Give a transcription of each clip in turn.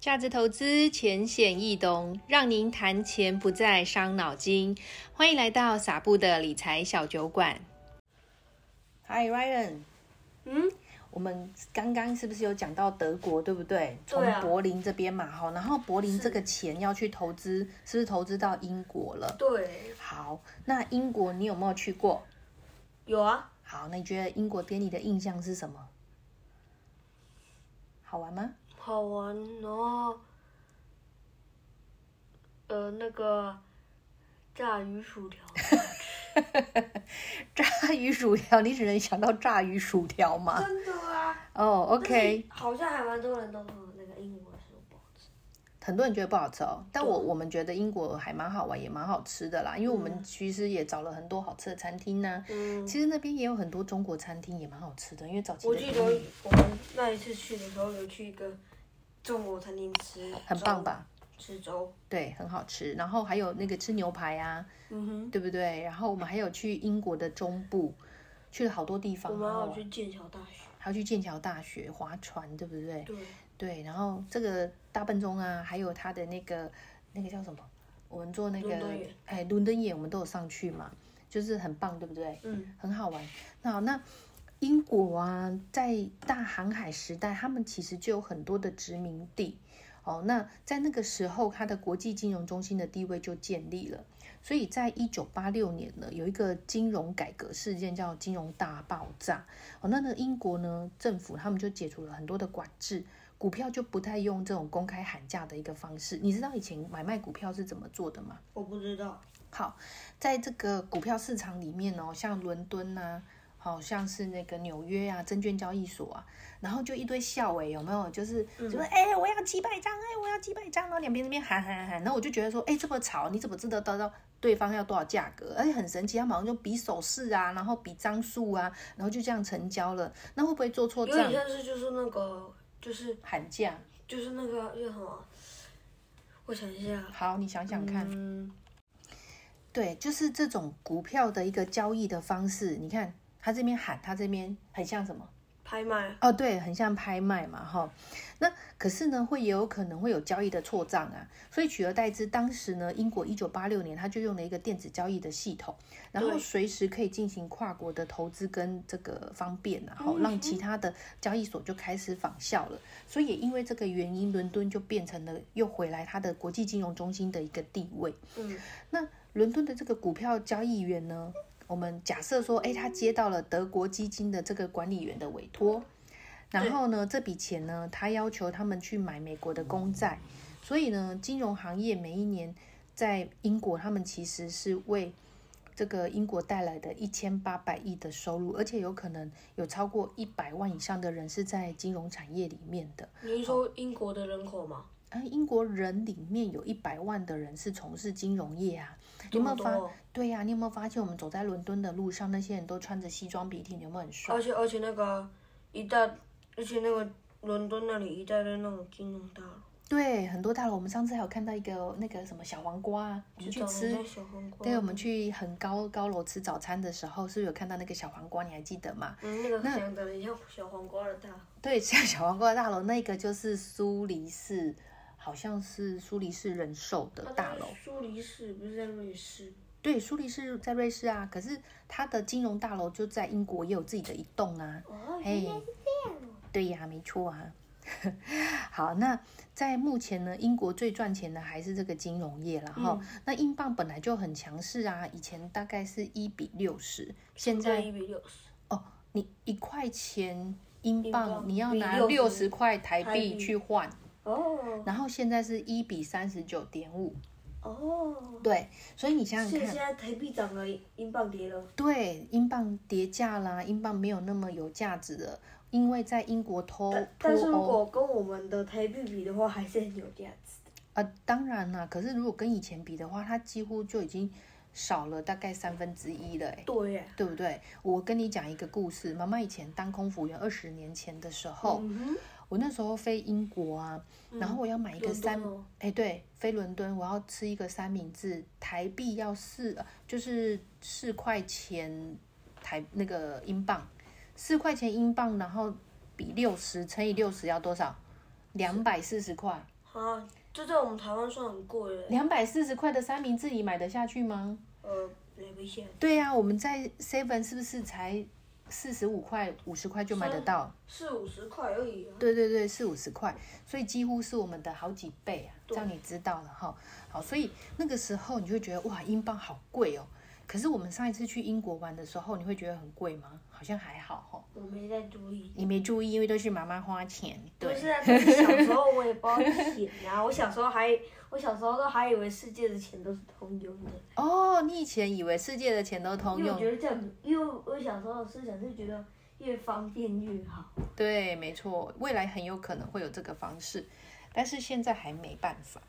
价值投资浅显易懂，让您谈钱不再伤脑筋。欢迎来到撒布的理财小酒馆。Hi Ryan，嗯，我们刚刚是不是有讲到德国，对不对？从对啊柏林这边嘛，好，然后柏林是这个钱要去投资，是不是投资到英国了？对，好，那英国你有没有去过？有啊，好，那你觉得英国给你的印象是什么？好玩吗？ 好玩，然后，呃，那个炸鱼 薯条，炸鱼薯条，你只能想到炸鱼薯条嘛？真的啊哦，OK、o k 好像还蛮多人都说那个英国食物不好吃，很多人觉得不好吃哦，但对我我们觉得英国还蛮好玩，也蛮好吃的啦。因为我们嗯其实也找了很多好吃的餐厅呢、嗯，其实那边也有很多中国餐厅，也蛮好吃的。因为早期我的记得英语我们那一次去的时候有去一个中国餐厅吃，很棒？吧？吃粥，对，很好吃。然后还有那个吃牛排啊，嗯哼，对不对？然后我们还有去英国的中部，去了好多地我方，们然还有后去剑桥大学，还有去剑桥大学划船，对不对？对，对，然后这个大笨钟啊，还有它的那个那个叫什么？我们做那个伦敦眼哎伦敦眼，我们都有上去嘛，就是很棒，对不对？嗯，很好玩。那好，那英国啊，在大航海时代，他们其实就有很多的殖民地。哦，那在那个时候，它的国际金融中心的地位就建立了。所以在一九八六年呢，有一个金融改革事件叫金融大爆炸。哦，那那英国呢，政府他们就解除了很多的管制，股票就不太用这种公开喊价的一个方式。你知道以前买卖股票是怎么做的吗？我不知道，好，在这个股票市场里面哦，像伦敦呐、好像是那个纽约啊，证券交易所啊，然后就一堆校委有没有？就是就说，哎、我要几百张，哎、我要几百张，然后两边那边喊喊喊，然后我就觉得说，哎、这么吵，你怎么知道到到对方要多少价格？而且很神奇，他马上就比手势啊，然后比张数啊，然后就这样成交了。那会不会做错有点账？像是就是那个就是喊价？就是那个叫什么？我想一下，好，你想想看。嗯，对，就是这种股票的一个交易的方式。你看他这边喊，他这边很像什么？拍卖，哦，对，很像拍卖嘛，哈。那可是呢，会也有可能会有交易的错账啊。所以取而代之，当时呢，英国一九八六年他就用了一个电子交易的系统，然后对随时可以进行跨国的投资跟这个方便嗯啊，然后让其他的交易所就开始仿效了。所以也因为这个原因，伦敦就变成了又回来它的国际金融中心的一个地位。嗯，那伦敦的这个股票交易员呢，我们假设说，哎，他接到了德国基金的这个管理员的委托，然后呢，这笔钱呢，他要求他们去买美国的公债，所以呢，金融行业每一年在英国，他们其实是为这个英国带来的一千八百亿的收入，而且有可能有超过一百万以上的人是在金融产业里面的。你是说英国的人口吗？啊，英国人里面有一百万的人是从事金融业啊，你这有没么有多发？哦，对呀、你有没有发现我们走在伦敦的路上，那些人都穿着西装笔挺，有没有很帅？而且而且那个一大，而且那个伦敦那里一带的那种金融大楼，对，很多大楼。我们上次还有看到一个那个什么小黄瓜啊，我们去知道吃人家。小黄瓜，嗯对，啊我们去很高高楼吃早餐的时候，是不是有看到那个小黄瓜？你还记得吗？嗯，那个长得很像小黄瓜的大，对，像小黄瓜大楼那个就是苏黎世，好像是苏黎世人寿的它大在楼。苏黎世不是在瑞士，对，苏黎世在瑞士啊，可是它的金融大楼就在英国也有自己的一栋啊。哦，嘿原来是这样哦，对呀，没错啊。 好，那在目前呢，英国最赚钱的还是这个金融业了哈。嗯那英镑本来就很强势啊，以前大概是一比六十，现在一比六十，哦，你一块钱英英镑镑你要比拿60六十块台台币币去换，哦然后现在是一比三十九点五，哦，对，所以你想所想以看现，在台币涨了，英镑跌了，对，英镑跌价啦，英镑没有那么有价值了，因为在英国脱但脱但是如欧。果跟我们的台币比的话，还是很有价值的。啊，当然啦，可是如果跟以前比的话，它几乎就已经少了大概三分之一了，哎，对啊呀、对不对？我跟你讲一个故事，妈妈以前当空服员二十年前的时候，嗯我那时候飞英国啊，然后我要买一个伦敦三，哎、哦对，飞伦敦，我要吃一个三明治，台币要四，呃就是四块钱台那个英镑，四块钱英镑，然后比六十乘以六十要多少？两百四十块。哼，啊，这在我们台湾算很贵了，两百四十块的三明治，你买得下去吗？呃，没危险。对呀、我们在 Seven 是不是才四十五块、五十块就买得到？四五十块而已、啊。对对对，四五十块，所以几乎是我们的好几倍啊，这样你知道了哈。好，所以那个时候你就会觉得哇，英镑好贵哦。可是我们上一次去英国玩的时候，你会觉得很贵吗？好像还好哈、我没在注意。你没注意，因为都是妈妈花钱。不对，是啊，可是小时候我也不知道钱 啊，我小时候还，我小时候都还以为世界的钱都是通用的，哦，你以前以为世界的钱都通因为我用，觉得这样，因为我小时候的思想是觉得越方便越好。对，没错，未来很有可能会有这个方式，但是现在还没办法。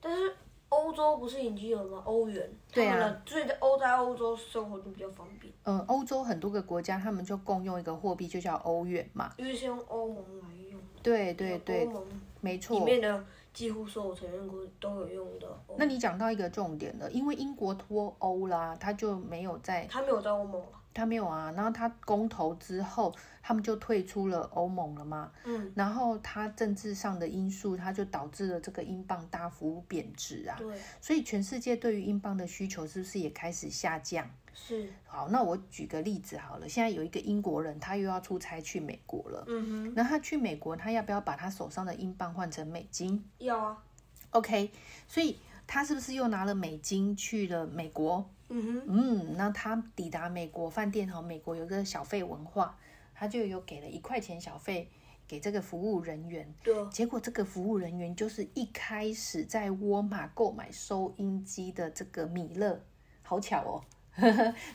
但是欧洲不是已经有了吗欧元，对啊他们的，所以在欧在欧洲生活就比较方便，嗯，欧洲很多个国家他们就共用一个货币，就叫欧元嘛。因为是用欧盟来用的。对对对欧，盟没里错。面的几乎所有成员国都有用的欧那你讲到一个重点了，因为英国脱欧啦，他就没有在，他没有在欧盟了，他没有啊，然后他公投之后，他们就退出了欧盟了嘛。嗯，然后他政治上的因素，它就导致了这个英镑大幅贬值啊，对，所以全世界对于英镑的需求是不是也开始下降？是，好，那我举个例子好了，现在有一个英国人，他又要出差去美国了。嗯那他去美国，他要不要把他手上的英镑换成美金哼，要啊， ？OK，所以他是不是又拿了美金去了美国？嗯哼，嗯，那他抵达美国饭店哈，美国有个小费文化，他就有给了一块钱小费给这个服务人员。对，结果这个服务人员就是一开始在沃尔玛购买收音机的这个米勒，好巧哦。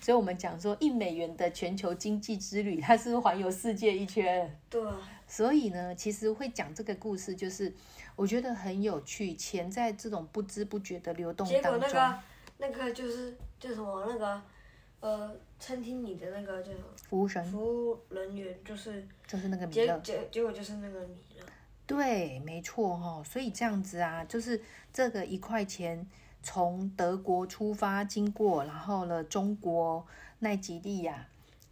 所以我们讲说一美元的全球经济之旅，它是环游世界一圈。对啊，所以呢，其实会讲这个故事，就是我觉得很有趣。钱在这种不知不觉的流动结果当那中，个那个就是叫什么那个呃餐厅里的那个叫什么服务生服务人员，就是就是那个米结勒。结结果就是那个米勒，对，没错哈、所以这样子啊，就是这个一块钱从德国出发，经过然后了中国、奈及利亚、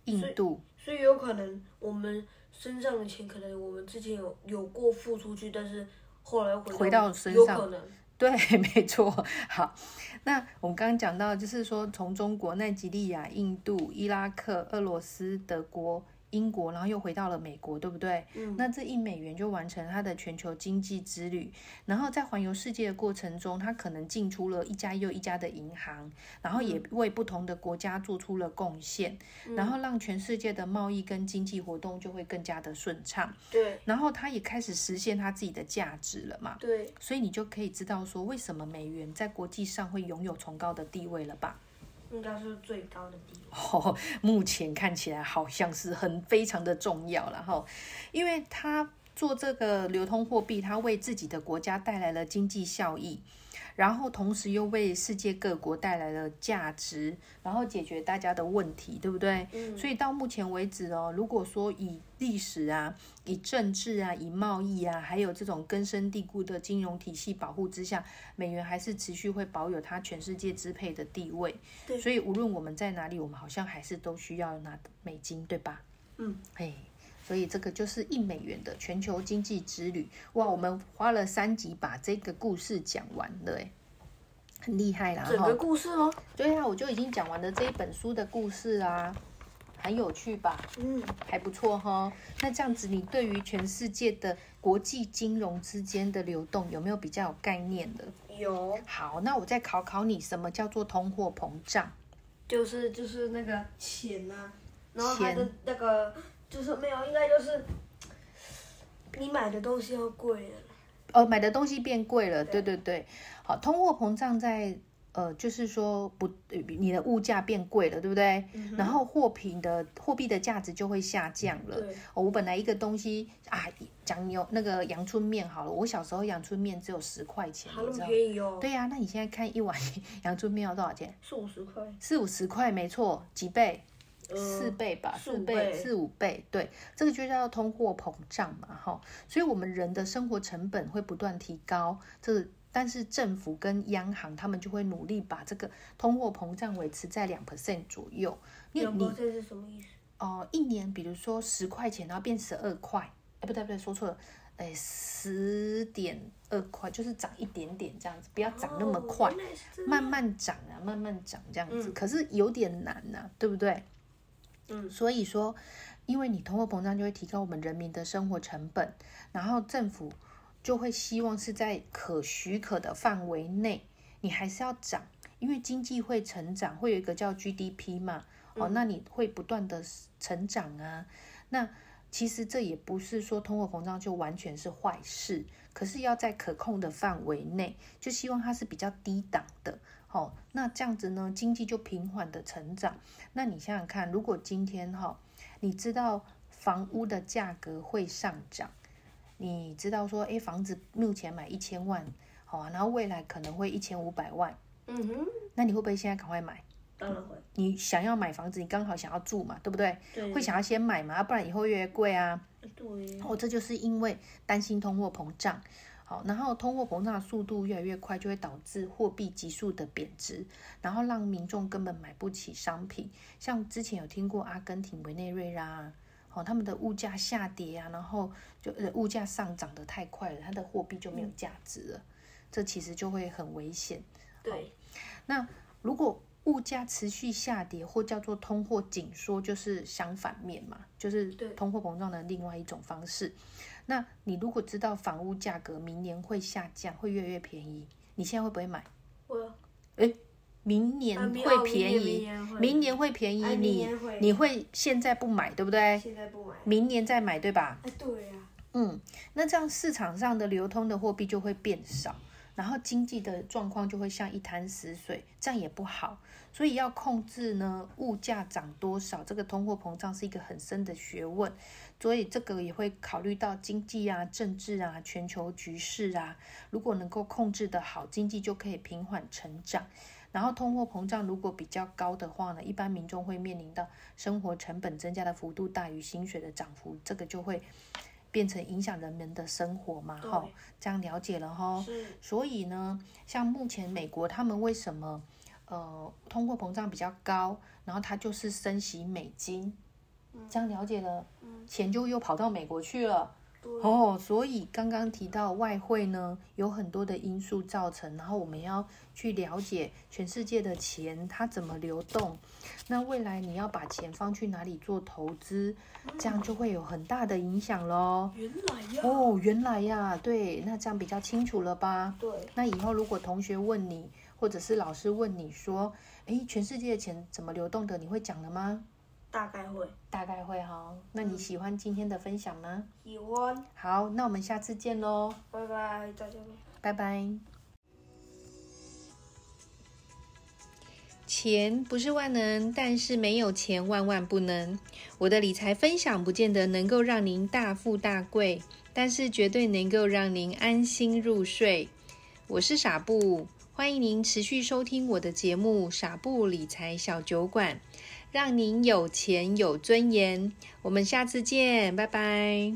印度，所以有可能我们身上的钱，可能我们之前有有过付出去，但是后来回回到到身有上可能 对，没错。好，那我们刚刚讲到，就是说从中国、奈及利亚、印度、伊拉克、俄罗斯、德国、英国，然后又回到了美国，对不对？嗯。那这一美元就完成它的全球经济之旅，然后在环游世界的过程中，它可能进出了一家又一家的银行，然后也为不同的国家做出了贡献，然后让全世界的贸易跟经济活动就会更加的顺畅，对然后它也开始实现它自己的价值了嘛。对，所以你就可以知道说，为什么美元在国际上会拥有崇高的地位了吧？ 应该是最高的地方，哦，目前看起来好像是很非常的重要然后因为它做这个流通货币，它为自己的国家带来了经济效益，然后同时又为世界各国带来了价值，然后解决大家的问题，对不对？嗯所以到目前为止哦，如果说以历史啊、以政治啊、以贸易啊，还有这种根深蒂固的金融体系保护之下，美元还是持续会保有它全世界支配的地位。对所以无论我们在哪里，我们好像还是都需要拿美金，对吧？嗯，哎。所以这个就是一美元的全球经济之旅哇！我们花了三集把这个故事讲完了，哎，很厉害啦！整哈个故事哦，对啊，我就已经讲完了这一本书的故事啊，很有趣吧？嗯，还不错哈、那这样子，你对于全世界的国际金融之间的流动有没有比较有概念的？有，好，那我再考考你，什么叫做通货膨胀？就是就是那个钱呐、然后它钱的那个就是没有，应该就是你买的东西要贵啊了，呃，买的东西变贵了，对对对。好，通货膨胀在呃，就是说不，呃你的物价变贵了，对不对？然后货品的货币的价值就会下降了。对哦我本来一个东西啊，讲有那个阳春面好了，我小时候阳春面只有十块钱，它那你知么道？便宜哦，对呀、那你现在看一碗 阳春面要多少钱？四五十块，四五十块，没错，几倍？呃四倍吧，四四五倍、倍四五倍，对，这个就叫通货膨胀嘛，哈，所以我们人的生活成本会不断提高，这个但是政府跟央行他们就会努力把这个通货膨胀维持在两 percent 左右。你呃两你这是什么意思？哦、一年比如说十块钱，然后变十二块，哎，不对不对，说错了，哎十点二块，就是涨一点点这样子，不要涨那么快，哦，原来是这样慢慢涨啊，慢慢涨这样子，嗯可是有点难呐、对不对？嗯所以说，因为你通货膨胀就会提高我们人民的生活成本，然后政府就会希望是在可许可的范围内，你还是要涨，因为经济会成长，会有一个叫 GDP 嘛，哦，嗯那你会不断的成长啊。那其实这也不是说通货膨胀就完全是坏事，可是要在可控的范围内，就希望它是比较低档的。好、哦，那这样子呢，经济就平缓的成长。那你想想看，如果今天哈、你知道房屋的价格会上涨，你知道说，诶，房子目前买一千万，好、啊，然后未来可能会一千五百万，嗯哼，那你会不会现在赶快买？当然会，你想要买房子，你刚好想要住嘛，对不对？对，会想要先买嘛，要不然以后越来越贵啊。对，哦，这就是因为担心通货膨胀。好，然后通货膨胀的速度越来越快，就会导致货币急速的贬值，然后让民众根本买不起商品。像之前有听过阿根廷、委内瑞拉，哦，他们的物价下跌啊，然后就呃物价上涨的太快了，它的货币就没有价值了，这其实就会很危险。对，如果物价持续下跌，或叫做通货紧缩，就是相反面嘛，就是对通货膨胀的另外一种方式。那你如果知道房屋价格明年会下降，会越来越便宜，你现在会不会买？我明年会便宜，，啊明哦明明年会便宜，哎明你年会你会现在不买，对不对？现在不买，明年再买，对吧？哎，对呀，嗯，那这样市场上的流通的货币就会变少，然后经济的状况就会像一滩死水，这样也不好。所以要控制呢物价涨多少，这个通货膨胀是一个很深的学问。所以这个也会考虑到经济啊、政治啊、全球局势啊。如果能够控制得好，经济就可以平缓成长。然后通货膨胀如果比较高的话呢，一般民众会面临到生活成本增加的幅度大于薪水的涨幅，这个就会变成影响人们的生活嘛，对哈，这样了解了哈。是，所以呢，像目前美国他们为什么呃通货膨胀比较高，然后它就是升息美金，嗯这样了解了，钱就又跑到美国去了。对，哦，所以刚刚提到外汇呢，有很多的因素造成，然后我们要去了解全世界的钱它怎么流动，那未来你要把钱放去哪里做投资，这样就会有很大的影响喽。原来呀，哦，原来呀，对，那这样比较清楚了吧？对，那以后如果同学问你，或者是老师问你说，诶，全世界的钱怎么流动的，你会讲的吗？大概会，大概会哈、嗯那你喜欢今天的分享吗？喜欢，好，那我们下次见喽，拜拜，大家拜拜拜。拜。钱不是万能，但是没有钱万万不能。我的理财分享不见得能够让您大富大贵，但是绝对能够让您安心入睡。我是傻布，欢迎您持续收听我的节目《傻布理财小酒馆》，让您有钱有尊严。我们下次见，拜拜。